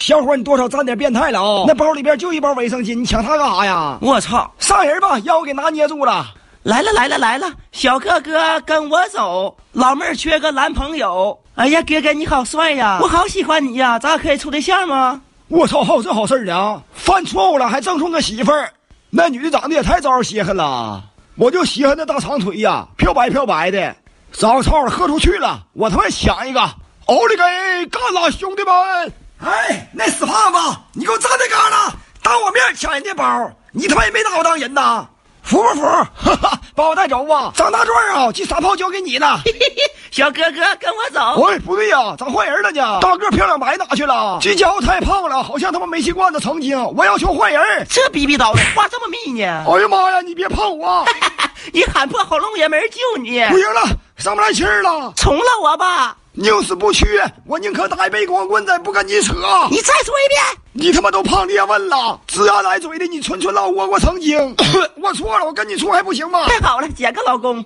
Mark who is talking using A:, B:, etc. A: 小伙，你多少沾点变态了啊、那包里边就一包卫生巾，你抢它干啥呀？
B: 我操！
A: 上人吧，让我给拿捏住了。
B: 来了来了来了，小哥哥跟我走，老妹儿缺个男朋友。哎呀，哥哥你好帅呀，我好喜欢你呀，咱俩可以处对象吗？
A: 我操，还有这好事儿呢啊！犯错误了还赠送个媳妇儿，那女的长得也太招人稀罕了。我就稀罕那大长腿呀、漂白漂白的，长操了，喝出去了，我他妈抢一个，奥利给，干了，兄弟们！哎，那死胖子，你给我站那旮旯，当我面抢人家包，你他妈也没拿我当人呐！服不服？哈哈，把我带走吧！张大壮啊，这傻炮交给你了。
B: 小哥哥跟我走，
A: 喂，不对呀、咋换人了呢？大个儿漂亮白哪去了？这家伙太胖了，好像他妈煤气罐子成精。我要求换人。
B: 这逼逼叨的话这么密呢？
A: 哎呀妈呀，你别碰 我！
B: 你喊破喉咙也没人救你，
A: 不行了，上不来气儿了，
B: 从了我吧！
A: 宁死不屈，我宁可打一杯光棍子，也不跟你扯。
B: 你再说一遍，
A: 你他妈都胖裂纹了，龇牙咧嘴的，你纯纯老窝瓜 成精。我错了，我跟你处还不行吗？
B: 太好了，捡个老公。